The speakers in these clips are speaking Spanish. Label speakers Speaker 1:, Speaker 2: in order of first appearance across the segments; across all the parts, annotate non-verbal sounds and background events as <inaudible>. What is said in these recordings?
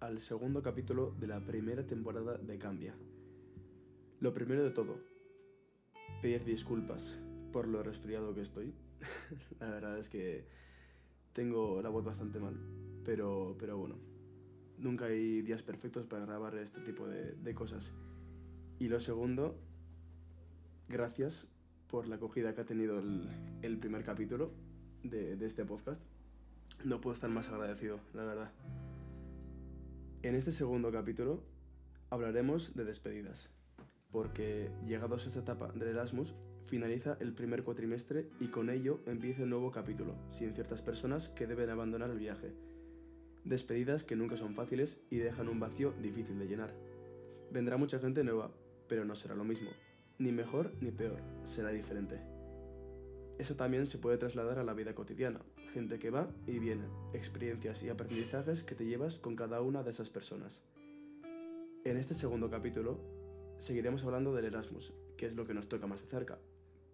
Speaker 1: al segundo capítulo de la primera temporada de Cambia. Lo primero de todo, pedir disculpas por lo resfriado que estoy. <laughs> la verdad es que tengo la voz bastante mal, pero, pero bueno, nunca hay días perfectos para grabar este tipo de, de cosas. Y lo segundo, gracias por la acogida que ha tenido el, el primer capítulo de, de este podcast. No puedo estar más agradecido, la verdad. En este segundo capítulo hablaremos de despedidas, porque llegados a esta etapa del Erasmus, finaliza el primer cuatrimestre y con ello empieza un nuevo capítulo, sin ciertas personas que deben abandonar el viaje. Despedidas que nunca son fáciles y dejan un vacío difícil de llenar. Vendrá mucha gente nueva, pero no será lo mismo. Ni mejor ni peor, será diferente. Eso también se puede trasladar a la vida cotidiana, gente que va y viene, experiencias y aprendizajes que te llevas con cada una de esas personas. En este segundo capítulo seguiremos hablando del Erasmus, que es lo que nos toca más de cerca,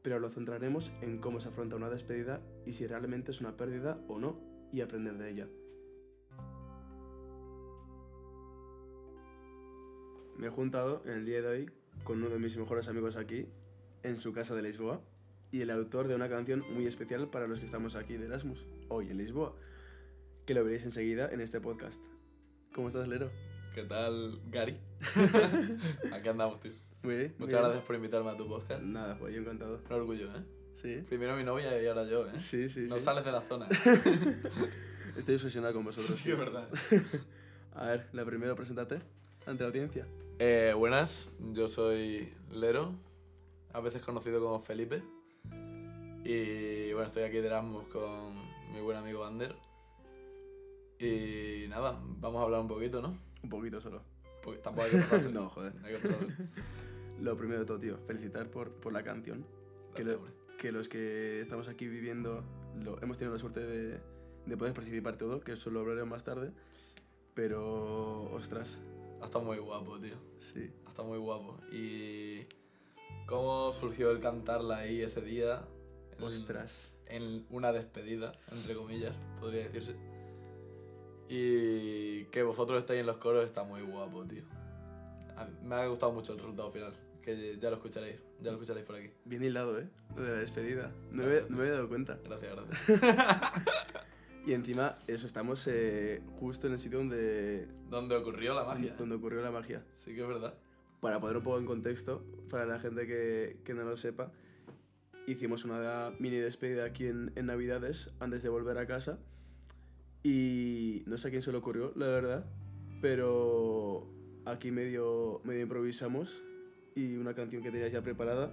Speaker 1: pero lo centraremos en cómo se afronta una despedida y si realmente es una pérdida o no, y aprender de ella. Me he juntado en el día de hoy con uno de mis mejores amigos aquí, en su casa de Lisboa, y el autor de una canción muy especial para los que estamos aquí de Erasmus, hoy en Lisboa, que lo veréis enseguida en este podcast. ¿Cómo estás,
Speaker 2: <laughs>
Speaker 1: Lero?
Speaker 2: ¿Qué tal,
Speaker 1: <laughs>
Speaker 2: Gary? Aquí andamos, tío.
Speaker 1: Muy bien. muy
Speaker 2: Muchas
Speaker 1: bien.
Speaker 2: gracias por invitarme a tu podcast.
Speaker 1: Nada, pues yo encantado.
Speaker 2: Un orgullo, ¿eh?
Speaker 1: Sí,
Speaker 2: Primero mi novia y ahora yo, ¿eh?
Speaker 1: sí, sí.
Speaker 2: no
Speaker 1: sí.
Speaker 2: sales de la zona.
Speaker 1: <laughs> Estoy obsesionado con vosotros.
Speaker 2: sí, es verdad.
Speaker 1: A ver, la primera, preséntate ante la audiencia.
Speaker 2: Eh, buenas, yo soy Lero, a veces conocido como Felipe. Y bueno, estoy aquí de Erasmus con mi buen amigo Ander. Y nada, vamos a hablar un poquito, ¿no?
Speaker 1: Un poquito solo.
Speaker 2: Porque tampoco
Speaker 1: <laughs>
Speaker 2: hay que pasarse.
Speaker 1: No, joder.
Speaker 2: Hay que pasarse.
Speaker 1: Lo primero de todo, tío, felicitar por, por la canción. Que, lo-
Speaker 2: Hombre.
Speaker 1: que los que estamos aquí viviendo lo, hemos tenido la suerte de, de poder participar todo, que eso lo hablaré más tarde. Pero, ostras,
Speaker 2: Ha estado muy guapo, tío.
Speaker 1: sí.
Speaker 2: Está muy guapo. ¿Y cómo surgió el cantarla ahí ese día? En-
Speaker 1: Ostras.
Speaker 2: En una despedida, entre comillas, podría decirse. Y que vosotros estéis en los coros está muy guapo, tío. A- me ha gustado mucho el resultado final, que ya lo escucharéis, ya lo escucharéis por aquí.
Speaker 1: Bien hilado, ¿eh? Lo de la despedida. No me, no me había dado cuenta.
Speaker 2: Gracias, gracias.
Speaker 1: Y encima, eso, estamos eh, justo en el sitio donde,
Speaker 2: ¿Dónde ocurrió la magia?
Speaker 1: donde ocurrió la magia.
Speaker 2: Sí que es verdad.
Speaker 1: Para poner un poco en contexto, para la gente que, que no lo sepa, hicimos una mini despedida aquí en, en Navidades antes de volver a casa. Y no sé a quién se le ocurrió, la verdad, pero aquí medio, medio improvisamos y una canción que tenías ya preparada.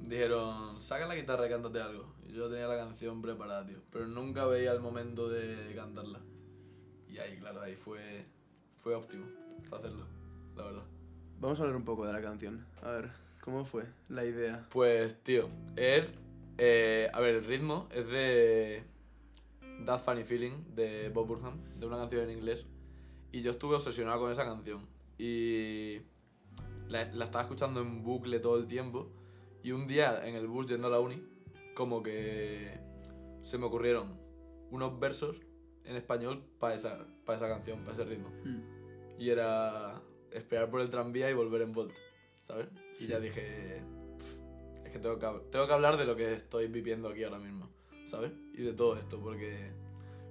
Speaker 2: Dijeron, saca la guitarra y cántate algo. Y yo tenía la canción preparada, tío. Pero nunca veía el momento de cantarla. Y ahí, claro, ahí fue, fue óptimo hacerlo, la verdad.
Speaker 1: Vamos a hablar un poco de la canción. A ver, ¿cómo fue la idea?
Speaker 2: Pues, tío, es... eh, a ver, el ritmo es de That Funny Feeling de Bob Burnham, de una canción en inglés. Y yo estuve obsesionado con esa canción. Y la, la estaba escuchando en bucle todo el tiempo. Y un día en el bus yendo a la uni, como que se me ocurrieron unos versos en español para esa, para esa canción, para ese ritmo. Y era esperar por el tranvía y volver en Volt, ¿sabes?
Speaker 1: Sí.
Speaker 2: Y ya dije, "Pff, es que tengo que, hab- tengo que hablar de lo que estoy viviendo aquí ahora mismo, ¿sabes? Y de todo esto, porque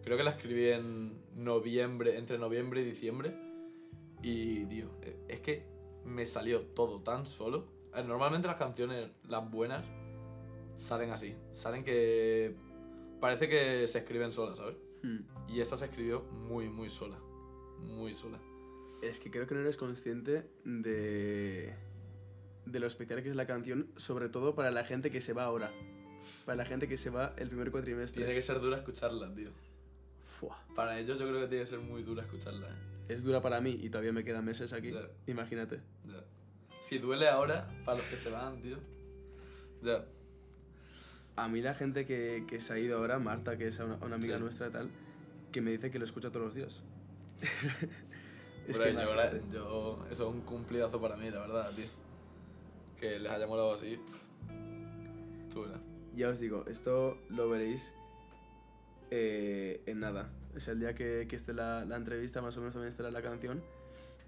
Speaker 2: creo que la escribí en noviembre, entre noviembre y diciembre. Y, tío, eh, es que me salió todo tan solo. A ver, Normalmente las canciones, las buenas, salen así. Salen que parece que se escriben solas, ¿sabes?
Speaker 1: Hmm.
Speaker 2: Y esa se escribió muy, muy sola. Muy sola.
Speaker 1: Es que creo que no eres consciente de, de lo especial que es la canción, sobre todo para la gente que se va ahora. Para la gente que se va el primer cuatrimestre.
Speaker 2: Tiene que ser dura escucharla, tío.
Speaker 1: Fua.
Speaker 2: Para ellos yo creo que tiene que ser muy dura escucharla. ¿eh?
Speaker 1: Es dura para mí y todavía me quedan meses aquí.
Speaker 2: Ya.
Speaker 1: Imagínate.
Speaker 2: Ya. Si duele ahora, para los que se van, tío. Ya.
Speaker 1: A mí la gente que, que se ha ido ahora, Marta, que es una, una amiga
Speaker 2: Sí.
Speaker 1: nuestra tal, que me dice que lo escucha todos los días. <laughs> es
Speaker 2: Pero
Speaker 1: que
Speaker 2: yo,
Speaker 1: imagínate.
Speaker 2: yo- eso es un cumplidazo para mí, la verdad, tío. Que les haya molado así. pff, Tú, ¿verdad?
Speaker 1: Ya os digo, esto lo veréis eh, en nada. O sea, el día que, que esté la, la entrevista, más o menos también estará la canción.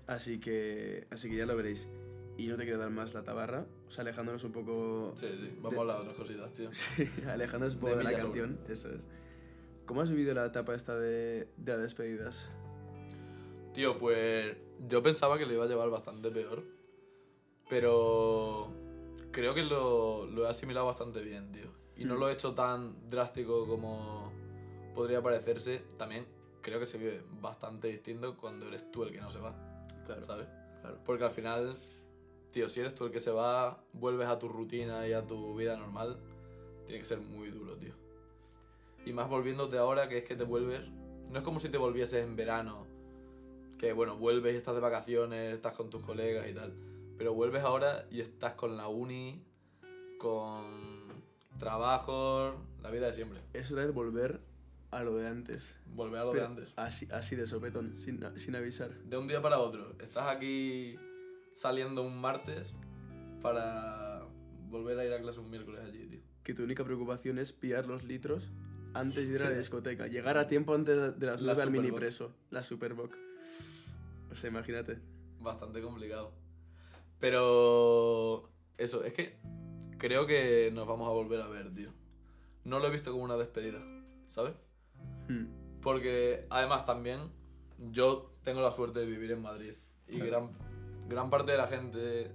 Speaker 1: Así que, así que ya lo veréis. Y no te quiero dar más la tabarra, o sea, alejándonos un poco.
Speaker 2: Sí, sí, vamos
Speaker 1: de-
Speaker 2: a hablar de otras cositas, tío.
Speaker 1: <laughs> Sí, alejándonos un
Speaker 2: De
Speaker 1: poco de la
Speaker 2: Villasol.
Speaker 1: canción, eso es. ¿Cómo has vivido la etapa esta de, de las despedidas?
Speaker 2: Tío, pues yo pensaba que lo iba a llevar bastante peor, pero creo que lo, lo he asimilado bastante bien, tío. Y no
Speaker 1: Hmm.
Speaker 2: lo he hecho tan drástico como podría parecerse. También creo que se vive bastante distinto cuando eres tú el que no se va,
Speaker 1: Claro,
Speaker 2: ¿sabes?
Speaker 1: claro.
Speaker 2: Porque al final, tío, si eres tú el que se va, vuelves a tu rutina y a tu vida normal, tiene que ser muy duro, tío. Y más volviéndote ahora, que es que te vuelves. No es como si te volvieses en verano, que bueno, vuelves y estás de vacaciones, estás con tus colegas y tal. Pero vuelves ahora y estás con la uni, con trabajos, la vida de siempre.
Speaker 1: Es hora de volver a lo de antes.
Speaker 2: Volver a lo
Speaker 1: Pero
Speaker 2: de antes.
Speaker 1: Así, así de sopetón, sin, sin avisar.
Speaker 2: De un día para otro. Estás aquí saliendo un martes para volver a ir a clase un miércoles allí, tío.
Speaker 1: Que tu única preocupación es pillar los litros antes de ir a
Speaker 2: <laughs>
Speaker 1: la discoteca. Llegar a tiempo antes de las
Speaker 2: La
Speaker 1: 9 al mini
Speaker 2: Superboc.
Speaker 1: preso. La Superboc. O sea, imagínate.
Speaker 2: Bastante complicado. Pero eso, es que creo que nos vamos a volver a ver, tío. No lo he visto como una despedida, ¿sabes?
Speaker 1: Hmm.
Speaker 2: Porque además también yo tengo la suerte de vivir en Madrid. Y
Speaker 1: Claro.
Speaker 2: gran, gran parte de la gente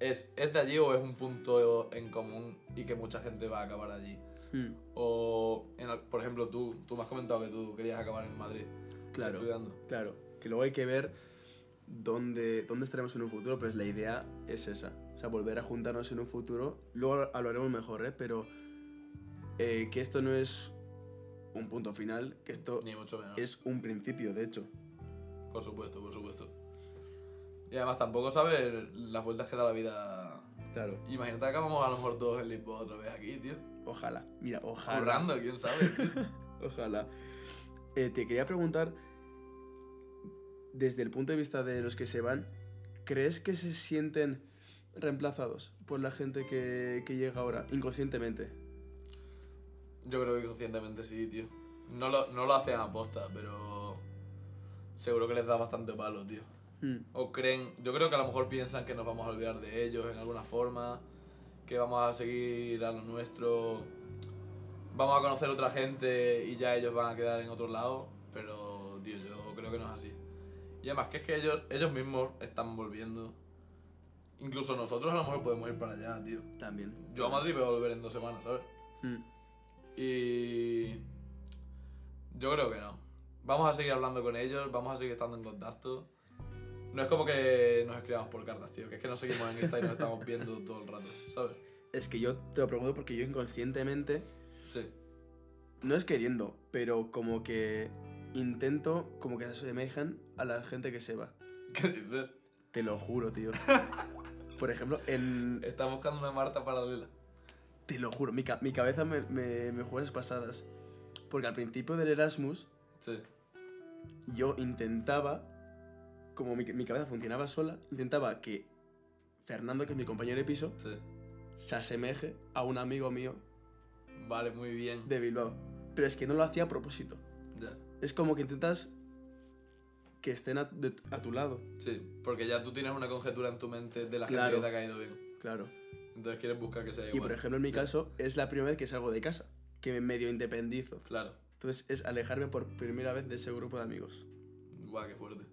Speaker 2: es, es de allí o es un punto en común y que mucha gente va a acabar allí.
Speaker 1: Hmm.
Speaker 2: O, en al- por ejemplo, tú, tú me has comentado que tú querías acabar en Madrid
Speaker 1: Claro.
Speaker 2: estudiando.
Speaker 1: Claro, que luego hay que ver dónde, dónde estaremos en un futuro, pero la idea es esa. O sea, volver a juntarnos en un futuro. Luego hablaremos mejor, ¿eh? Pero eh, que esto no es un punto final, que esto
Speaker 2: Ni mucho menos.
Speaker 1: es un principio, de hecho.
Speaker 2: Por supuesto, por supuesto. Y además tampoco sabes las vueltas que da la vida.
Speaker 1: Claro.
Speaker 2: Imagínate que acabamos a lo mejor todos en Lisboa otra vez aquí, tío.
Speaker 1: Ojalá. Mira, ojalá.
Speaker 2: Currando, quién sabe. tío.
Speaker 1: Ojalá. Eh, te quería preguntar, desde el punto de vista de los que se van, ¿crees que se sienten reemplazados por la gente que, que llega ahora, inconscientemente?
Speaker 2: Yo creo que conscientemente sí, tío. No lo, no lo hacen aposta, pero. Seguro que les da bastante palo, tío.
Speaker 1: Hmm.
Speaker 2: O creen. Yo creo que a lo mejor piensan que nos vamos a olvidar de ellos en alguna forma. Que vamos a seguir a lo nuestro. Vamos a conocer otra gente y ya ellos van a quedar en otro lado. Pero, tío, yo creo que no es así. Y además que es que ellos, ellos mismos están volviendo. Incluso nosotros a lo mejor podemos ir para allá, tío.
Speaker 1: También.
Speaker 2: Yo a Madrid voy a volver en dos semanas, ¿sabes?
Speaker 1: Mm,
Speaker 2: Y yo creo que no. Vamos a seguir hablando con ellos, vamos a seguir estando en contacto. No es como que nos escribamos por cartas, tío, que es que nos seguimos en Insta y nos estamos viendo todo el rato, ¿sabes?
Speaker 1: Es que yo te lo pregunto porque yo inconscientemente,
Speaker 2: Sí,
Speaker 1: no es queriendo, pero como que intento como que se asemejan a la gente que se va.
Speaker 2: ¿qué dices?
Speaker 1: Te lo juro, tío. Por ejemplo, en...
Speaker 2: Está buscando una Marta paralela.
Speaker 1: Te lo juro, mi, ca- mi cabeza me, me, me juega esas pasadas. Porque al principio del Erasmus
Speaker 2: Sí,
Speaker 1: yo intentaba, como mi, mi cabeza funcionaba sola, intentaba que Fernando, que es mi compañero de piso,
Speaker 2: sí.
Speaker 1: se asemeje a un amigo mío
Speaker 2: Vale, muy bien.
Speaker 1: de Bilbao. Pero es que no lo hacía a propósito.
Speaker 2: Ya.
Speaker 1: Es como que intentas que estén a, de- a tu lado.
Speaker 2: Sí, porque ya tú tienes una conjetura en tu mente de la
Speaker 1: Claro.
Speaker 2: gente que te ha caído bien.
Speaker 1: Claro.
Speaker 2: Entonces quieres buscar que sea igual.
Speaker 1: Y por ejemplo, en mi caso, es la primera vez que salgo de casa, que me medio independizo.
Speaker 2: Claro.
Speaker 1: Entonces es alejarme por primera vez de ese grupo de amigos.
Speaker 2: Guau, qué fuerte.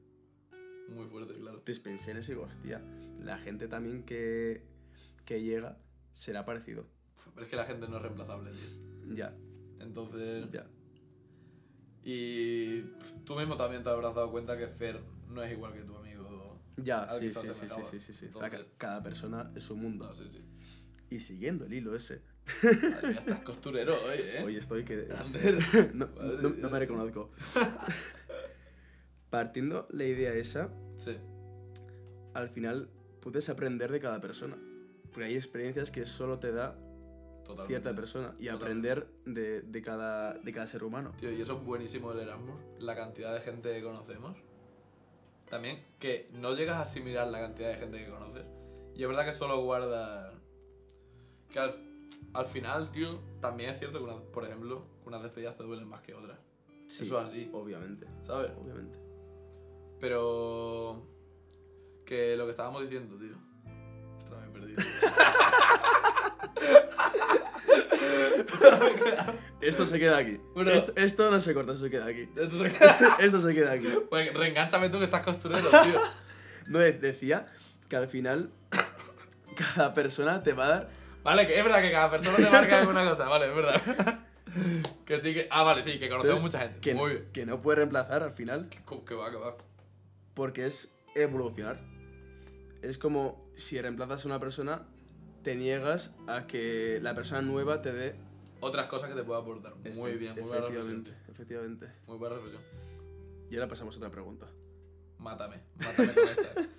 Speaker 2: Muy fuerte, claro.
Speaker 1: Entonces pensé en eso y digo, hostia, la gente también que, que llega será parecido.
Speaker 2: Pero es que la gente no es reemplazable, tío.
Speaker 1: Ya,
Speaker 2: Entonces...
Speaker 1: ya.
Speaker 2: Y pff, tú mismo también te habrás dado cuenta que Fer no es igual que tu amigo.
Speaker 1: Ya,
Speaker 2: Al
Speaker 1: sí,
Speaker 2: que
Speaker 1: sí,
Speaker 2: se
Speaker 1: sí, sí,
Speaker 2: asemejaba.
Speaker 1: sí, sí, sí.
Speaker 2: Entonces-
Speaker 1: Ca- Cada persona es su mundo.
Speaker 2: No, sí, sí.
Speaker 1: Y siguiendo el hilo ese,
Speaker 2: Madre mía, estás costurero hoy, ¿eh?
Speaker 1: hoy estoy que...
Speaker 2: <laughs> Ander.
Speaker 1: <laughs> no,
Speaker 2: Madre
Speaker 1: no-
Speaker 2: mía.
Speaker 1: no me
Speaker 2: <laughs>
Speaker 1: reconozco. Partiendo la idea esa,
Speaker 2: Sí,
Speaker 1: al final puedes aprender de cada persona. Porque hay experiencias que solo te da
Speaker 2: totalmente.
Speaker 1: cierta persona. Y
Speaker 2: Totalmente.
Speaker 1: aprender de, de cada, de cada ser humano.
Speaker 2: Tío, y eso es buenísimo del Erasmus, la cantidad de gente que conocemos. También que no llegas a asimilar la cantidad de gente que conoces. Y es verdad que solo guardas... Que al, al final, tío, también es cierto que, unas- por ejemplo, que unas despedidas te duelen más que otras.
Speaker 1: Sí,
Speaker 2: Eso es así.
Speaker 1: Obviamente,
Speaker 2: ¿sabes?
Speaker 1: obviamente.
Speaker 2: Pero. Que lo que estábamos diciendo, tío. Ostras, me he perdido.
Speaker 1: Esto se queda aquí.
Speaker 2: Bueno.
Speaker 1: esto, esto no se corta, se queda
Speaker 2: <laughs>
Speaker 1: aquí.
Speaker 2: Entonces,
Speaker 1: esto se queda aquí.
Speaker 2: pues, reenganchame Pues tú que estás costurero, tío.
Speaker 1: No, de- decía que al final cada persona te va a dar...
Speaker 2: Vale, que es verdad que cada persona te marca alguna cosa, vale, es verdad.
Speaker 1: <laughs>
Speaker 2: Que sí que. Ah, vale, sí, que conocemos mucha gente.
Speaker 1: Que,
Speaker 2: Muy bien.
Speaker 1: que no puede reemplazar al final
Speaker 2: Cu- Que va, que va.
Speaker 1: porque es evolucionar. Es como si reemplazas a una persona, te niegas a que la persona nueva te dé...
Speaker 2: Otras cosas que te puedo aportar. Muy
Speaker 1: Efe-
Speaker 2: bien, muy buena reflexión.
Speaker 1: Efectivamente,
Speaker 2: tío.
Speaker 1: efectivamente.
Speaker 2: Muy buena reflexión.
Speaker 1: Y ahora pasamos a otra pregunta.
Speaker 2: Mátame, mátame con esta. eh.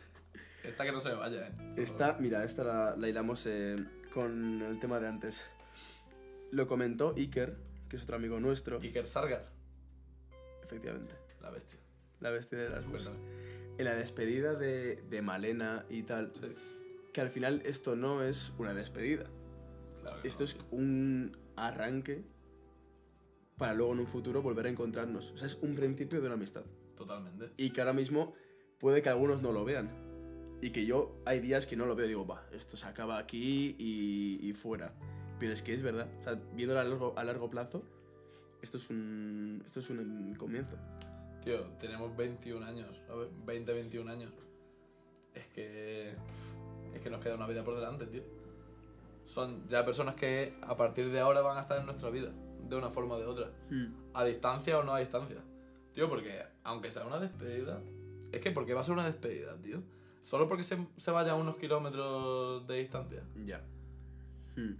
Speaker 2: Esta que no se me vaya, eh. Por
Speaker 1: Esta, mira, esta la, la hilamos eh, con el tema de antes. Lo comentó Iker, que es otro amigo nuestro.
Speaker 2: favor. Iker Sargar,
Speaker 1: Efectivamente.
Speaker 2: la bestia.
Speaker 1: La bestia de Erasmus.
Speaker 2: Cuéntame.
Speaker 1: En la despedida de, de Malena y tal,
Speaker 2: Sí,
Speaker 1: que al final esto no es una despedida.
Speaker 2: claro. que
Speaker 1: Esto
Speaker 2: no,
Speaker 1: es
Speaker 2: tío.
Speaker 1: un arranque para luego en un futuro volver a encontrarnos. O sea, es un principio de una amistad.
Speaker 2: Totalmente.
Speaker 1: Y que ahora mismo puede que algunos no lo vean. Y que yo hay días que no lo veo y digo, va, esto se acaba aquí y, y fuera. Pero es que es verdad. O sea, viéndolo a largo, a largo plazo, esto es un, esto es un comienzo.
Speaker 2: Tío, tenemos 21 años, ¿sabes? 20, 21 años. Es que. Es que nos queda una vida por delante, tío. Son ya personas que a partir de ahora van a estar en nuestra vida, de una forma o de otra.
Speaker 1: Hmm.
Speaker 2: A distancia o no a distancia. Tío, porque aunque sea una despedida. Es que porque va a ser una despedida, tío. Solo porque se, se vaya a unos kilómetros de distancia.
Speaker 1: Ya. Hmm.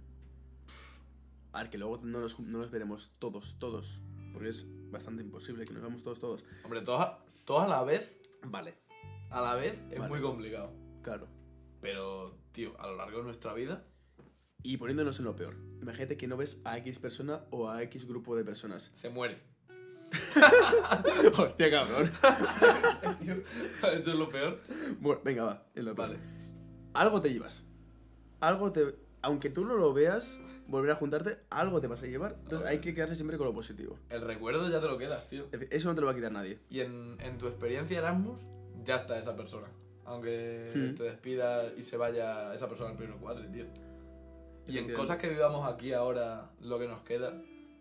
Speaker 1: A ver, que luego no los, no los veremos todos, todos. Porque es bastante imposible que nos veamos todos, todos.
Speaker 2: Hombre, todos a, todos a la vez,
Speaker 1: Vale,
Speaker 2: a la vez es
Speaker 1: Vale.
Speaker 2: muy complicado.
Speaker 1: claro.
Speaker 2: Pero, tío, a lo largo de nuestra vida,
Speaker 1: Y poniéndonos en lo peor. Imagínate que no ves a X persona o a X grupo de personas.
Speaker 2: se muere.
Speaker 1: <laughs>
Speaker 2: <laughs>
Speaker 1: Hostia, cabrón.
Speaker 2: Eso es lo peor.
Speaker 1: Bueno, venga, va, en lo peor.
Speaker 2: Vale.
Speaker 1: Algo te llevas. Algo te. Aunque tú no lo veas, volver a juntarte, algo te vas a llevar. Entonces hay que quedarse siempre con lo positivo.
Speaker 2: El recuerdo ya te lo quedas, tío.
Speaker 1: Es decir, Eso no te lo va a quitar nadie.
Speaker 2: Y en, en tu experiencia Erasmus, ya está esa persona. Aunque
Speaker 1: Sí.
Speaker 2: te despida y se vaya esa persona al primer cuatri, tío. Y en
Speaker 1: Efectivamente.
Speaker 2: cosas que vivamos aquí ahora, lo que nos queda,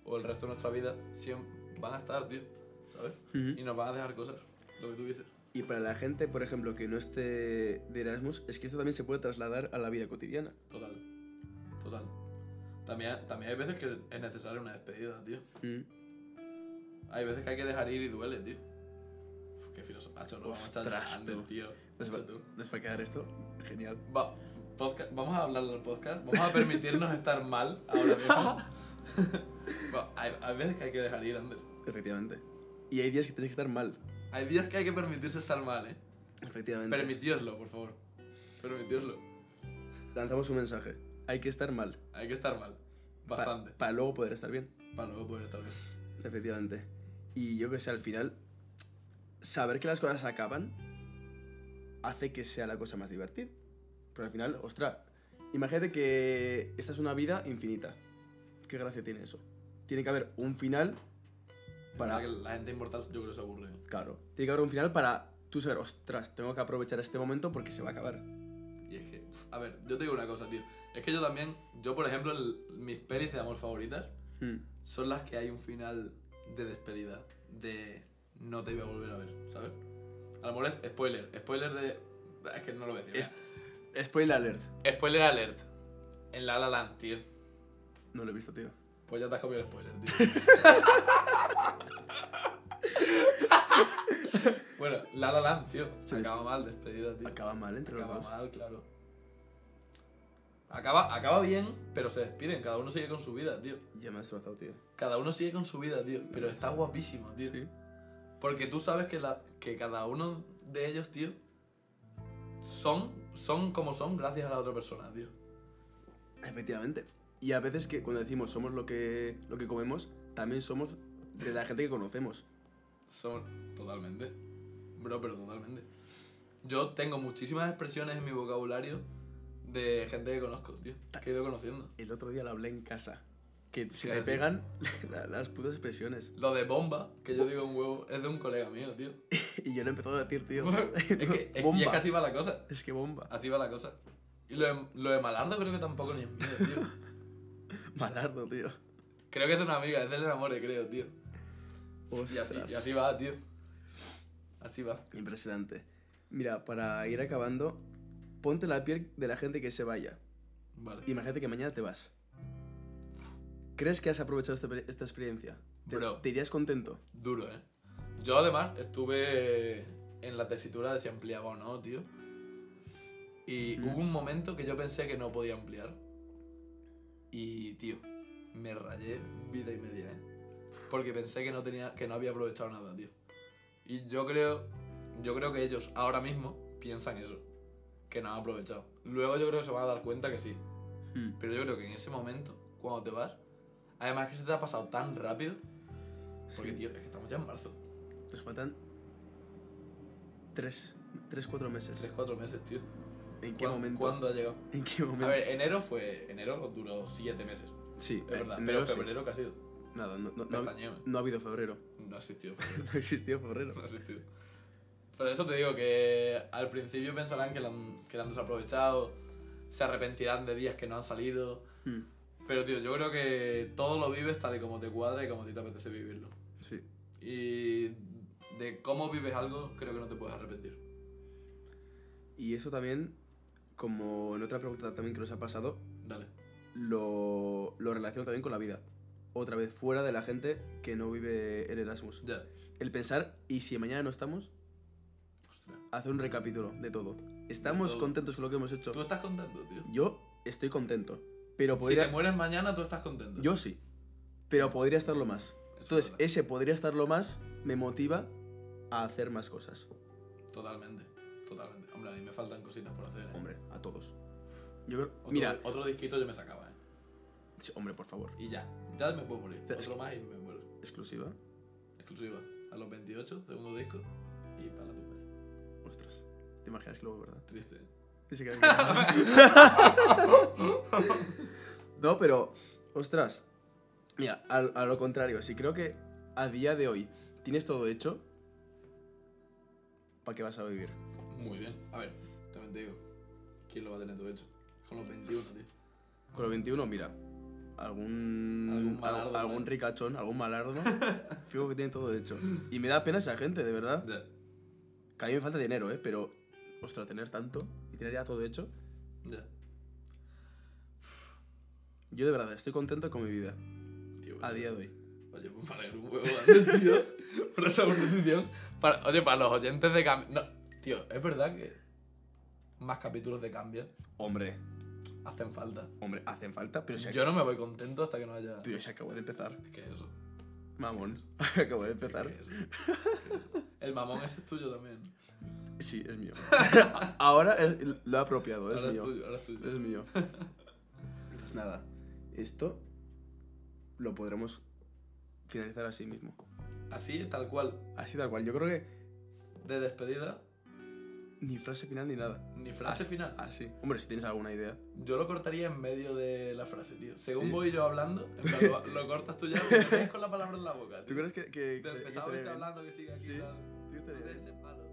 Speaker 2: o el resto de nuestra vida, siempre van a estar, tío. ¿Sabes? Y nos van a dejar cosas. Lo que tú dices.
Speaker 1: Y para la gente, por ejemplo, que no esté de Erasmus, es que esto también se puede trasladar a la vida cotidiana.
Speaker 2: Total. Total. También, también hay veces que es necesaria una despedida, tío. Hay veces que hay que dejar ir y duele, tío. Uf, qué filósofo. No,
Speaker 1: Ostras,
Speaker 2: vamos a estar llorando,
Speaker 1: tú.
Speaker 2: tío.
Speaker 1: Nos, va,
Speaker 2: Macho, tú.
Speaker 1: nos va a quedar esto genial.
Speaker 2: Va- podcast- vamos a hablar del podcast. Vamos a permitirnos estar mal ahora mismo. Va, hay, hay veces que hay que dejar ir, Ander.
Speaker 1: Efectivamente. Y hay días que tienes que estar mal.
Speaker 2: Hay días que hay que permitirse estar mal, eh.
Speaker 1: Efectivamente.
Speaker 2: Permitioslo, por favor. Permitioslo.
Speaker 1: Lanzamos un mensaje. Hay que estar mal.
Speaker 2: Hay que estar mal.
Speaker 1: pa-
Speaker 2: Bastante.
Speaker 1: para luego poder estar bien.
Speaker 2: Para luego poder estar bien.
Speaker 1: Efectivamente. Y yo que sé, al final, saber que las cosas acaban hace que sea la cosa más divertida. Pero al final, ostras, imagínate que esta es una vida infinita. ¿Qué gracia tiene eso? Tiene que haber un final para...
Speaker 2: Para que la gente inmortal yo creo que se aburre. ¿eh?
Speaker 1: Claro. Tiene que haber un final para tú saber, ostras, tengo que aprovechar este momento porque se va a acabar.
Speaker 2: Y es que, pf, a ver, yo te digo una cosa, tío. Es que yo también, yo por ejemplo, el- mis pelis de amor favoritas
Speaker 1: Hmm.
Speaker 2: son las que hay un final de despedida, de no te iba a volver a ver, ¿sabes? A lo mejor es spoiler, spoiler de... Es que no lo voy a decir.
Speaker 1: Es- Spoiler alert.
Speaker 2: mira. Spoiler alert. En La La Land, tío.
Speaker 1: No lo he visto, tío.
Speaker 2: Pues ya te has comido el spoiler, tío.
Speaker 1: <laughs>
Speaker 2: bueno, La La Land, tío.
Speaker 1: Se
Speaker 2: Se
Speaker 1: des-
Speaker 2: acaba mal despedida, tío.
Speaker 1: Acaba mal entre los
Speaker 2: Acaba
Speaker 1: dos.
Speaker 2: mal, claro. Acaba, acaba bien, pero se despiden. Cada uno sigue con su vida, tío.
Speaker 1: Ya me has destrozado, tío.
Speaker 2: Cada uno sigue con su vida, tío. Pero está guapísimo, tío.
Speaker 1: Sí.
Speaker 2: Porque tú sabes que, la, que cada uno de ellos, tío, son, son como son gracias a la otra persona, tío.
Speaker 1: Efectivamente. Y a veces que cuando decimos somos lo que, lo que comemos, también somos de la gente que conocemos.
Speaker 2: Son totalmente. Bro, pero totalmente. Yo tengo muchísimas expresiones en mi vocabulario de gente que conozco, tío. Que he ido conociendo.
Speaker 1: El otro día lo hablé en casa. Que se
Speaker 2: Sí,
Speaker 1: te
Speaker 2: así.
Speaker 1: pegan <laughs> la- las putas expresiones.
Speaker 2: Lo de bomba, que yo digo un huevo, es de un colega mío, tío.
Speaker 1: Y yo lo he empezado a decir, tío.
Speaker 2: es
Speaker 1: <laughs>
Speaker 2: que, es- y es
Speaker 1: Bomba.
Speaker 2: que así va la cosa.
Speaker 1: Es que bomba.
Speaker 2: Así va la cosa. Y lo de, lo de Malardo creo que tampoco ni es mío,
Speaker 1: <laughs>
Speaker 2: tío.
Speaker 1: Malardo, tío.
Speaker 2: Creo que es de una amiga, es del enamore, creo, tío. Y así,
Speaker 1: Ostras.
Speaker 2: y así va, tío. Así va.
Speaker 1: Impresionante. Mira, para ir acabando, ponte la piel de la gente que se vaya.
Speaker 2: Vale.
Speaker 1: Imagínate que mañana te vas. ¿Crees que has aprovechado esta, pe- esta experiencia? ¿Te,
Speaker 2: Bro.
Speaker 1: te irías contento?
Speaker 2: Duro, ¿eh? Yo además estuve en la tesitura de si ampliaba o no, tío. Y
Speaker 1: Mm.
Speaker 2: hubo un momento que yo pensé que no podía ampliar. Y, tío, me rayé vida y media, ¿eh? Porque pensé que no, tenía, que no había aprovechado nada, tío. Y yo creo, yo creo que ellos ahora mismo piensan eso. Que no han aprovechado. Luego yo creo que se van a dar cuenta que sí. Pero yo creo que en ese momento, cuando te vas, además que se te ha pasado tan rápido, porque
Speaker 1: Sí.
Speaker 2: tío, es que estamos ya en marzo.
Speaker 1: Nos faltan 3, 3, 4 meses.
Speaker 2: 3-4 meses, tío.
Speaker 1: ¿En qué
Speaker 2: ¿Cuán-
Speaker 1: momento?
Speaker 2: ¿Cuándo ha llegado?
Speaker 1: ¿En qué momento?
Speaker 2: A ver, enero fue. Enero duró 7 meses.
Speaker 1: sí,
Speaker 2: Es
Speaker 1: eh,
Speaker 2: verdad.
Speaker 1: enero
Speaker 2: pero
Speaker 1: sí.
Speaker 2: febrero que ha sido.
Speaker 1: Nada, no, no, no,
Speaker 2: Pestañeo. eh.
Speaker 1: no ha habido febrero. <laughs>
Speaker 2: No ha existido <laughs> febrero.
Speaker 1: No existió febrero.
Speaker 2: No ha existido. Por eso te digo que al principio pensarán que lo han, que lo han desaprovechado, se arrepentirán de días que no han salido.
Speaker 1: Hmm,
Speaker 2: Pero tío, yo creo que todo lo vives tal y como te cuadra y como a ti te apetece vivirlo.
Speaker 1: Sí.
Speaker 2: Y de cómo vives algo, creo que no te puedes arrepentir.
Speaker 1: Y eso también, como en otra pregunta también que nos ha pasado,
Speaker 2: Dale.
Speaker 1: lo, lo relaciono también con la vida. Otra vez, fuera de la gente que no vive en Erasmus.
Speaker 2: Ya.
Speaker 1: El pensar, ¿y si mañana no estamos?
Speaker 2: Ostras.
Speaker 1: Hacer un recapítulo de todo. ¿Estamos
Speaker 2: todo.
Speaker 1: contentos con lo que hemos hecho?
Speaker 2: Tú estás contento, tío.
Speaker 1: Yo estoy contento. Pero
Speaker 2: Si
Speaker 1: podría...
Speaker 2: te mueres mañana, tú estás contento.
Speaker 1: Yo sí. Pero podría estarlo más.
Speaker 2: Eso es
Speaker 1: Entonces,
Speaker 2: verdad.
Speaker 1: ese podría estarlo más me motiva a hacer más cosas.
Speaker 2: Totalmente, totalmente. Hombre, a mí me faltan cositas por hacer. ¿eh?
Speaker 1: Hombre, a todos. Yo creo...
Speaker 2: Otro,
Speaker 1: Mira...
Speaker 2: otro disquito yo me sacaba, ¿eh?
Speaker 1: sí, Hombre, por favor.
Speaker 2: Y ya, ya me puedo morir.
Speaker 1: Es-
Speaker 2: Otro más y me muero.
Speaker 1: Exclusiva.
Speaker 2: Exclusiva. A los 28, segundo disco y para la tumba.
Speaker 1: Ostras. ¿Te imaginas que luego, verdad?
Speaker 2: Triste. ¿eh?
Speaker 1: Ni siquiera me acuerdo. <laughs> no, pero, ostras, mira, a, a lo contrario, si creo que a día de hoy tienes todo hecho, ¿para qué vas a vivir?
Speaker 2: Muy bien. A ver, también te digo, ¿quién lo va a tener todo hecho? Con los 21, tío.
Speaker 1: Con los 21, mira, algún,
Speaker 2: Algún
Speaker 1: al-
Speaker 2: malardo, ¿no?
Speaker 1: algún ricachón, algún
Speaker 2: <laughs>
Speaker 1: malardo, fijo que tiene todo hecho. Y me da pena esa gente, de verdad.
Speaker 2: Ya.
Speaker 1: Que a mí me falta dinero, ¿eh? Pero, ostras, tener tanto y tener ya todo hecho,
Speaker 2: Ya.
Speaker 1: yo de verdad estoy contento con mi vida,
Speaker 2: Tío,
Speaker 1: a
Speaker 2: oye,
Speaker 1: día de hoy.
Speaker 2: Oye, pues me alegro un huevo antes, tío. <laughs> Por esa decisión. Para, oye, para los oyentes de Cambia. No, tío, es verdad que más capítulos de Cambia
Speaker 1: Hombre,
Speaker 2: hacen falta.
Speaker 1: hombre, hacen falta, pero si, ac-
Speaker 2: Yo no me voy contento hasta que no haya.
Speaker 1: pero si acabo de empezar.
Speaker 2: Es que eso.
Speaker 1: Mamón, <laughs> acabo de empezar.
Speaker 2: es que eso, es que eso. El mamón ese es tuyo
Speaker 1: <laughs>
Speaker 2: también.
Speaker 1: Sí, es
Speaker 2: <laughs>
Speaker 1: mío. Ahora es- lo he apropiado, es
Speaker 2: ahora
Speaker 1: mío.
Speaker 2: Es tuyo, ahora es tuyo.
Speaker 1: Es
Speaker 2: <laughs>
Speaker 1: mío. Pues nada, esto lo podremos finalizar así mismo.
Speaker 2: Así, tal cual.
Speaker 1: Así tal cual. Yo creo que
Speaker 2: De despedida,
Speaker 1: ni frase final ni nada.
Speaker 2: ni frase
Speaker 1: Ah.
Speaker 2: final.
Speaker 1: Así. Hombre, si tienes alguna idea.
Speaker 2: Yo lo cortaría en medio de la frase, tío. Según
Speaker 1: Sí.
Speaker 2: voy yo hablando, en plan, lo, lo cortas tú ya, porque te quedas con la palabra en la
Speaker 1: <laughs>
Speaker 2: boca.
Speaker 1: ¿Tú
Speaker 2: Tío.
Speaker 1: crees que, que, que
Speaker 2: Del
Speaker 1: estaría
Speaker 2: pesado que está
Speaker 1: bien?
Speaker 2: hablando, que sigue aquí.
Speaker 1: Sí.
Speaker 2: tal.
Speaker 1: ¿Tú crees que estaría
Speaker 2: De
Speaker 1: bien?
Speaker 2: ese palo.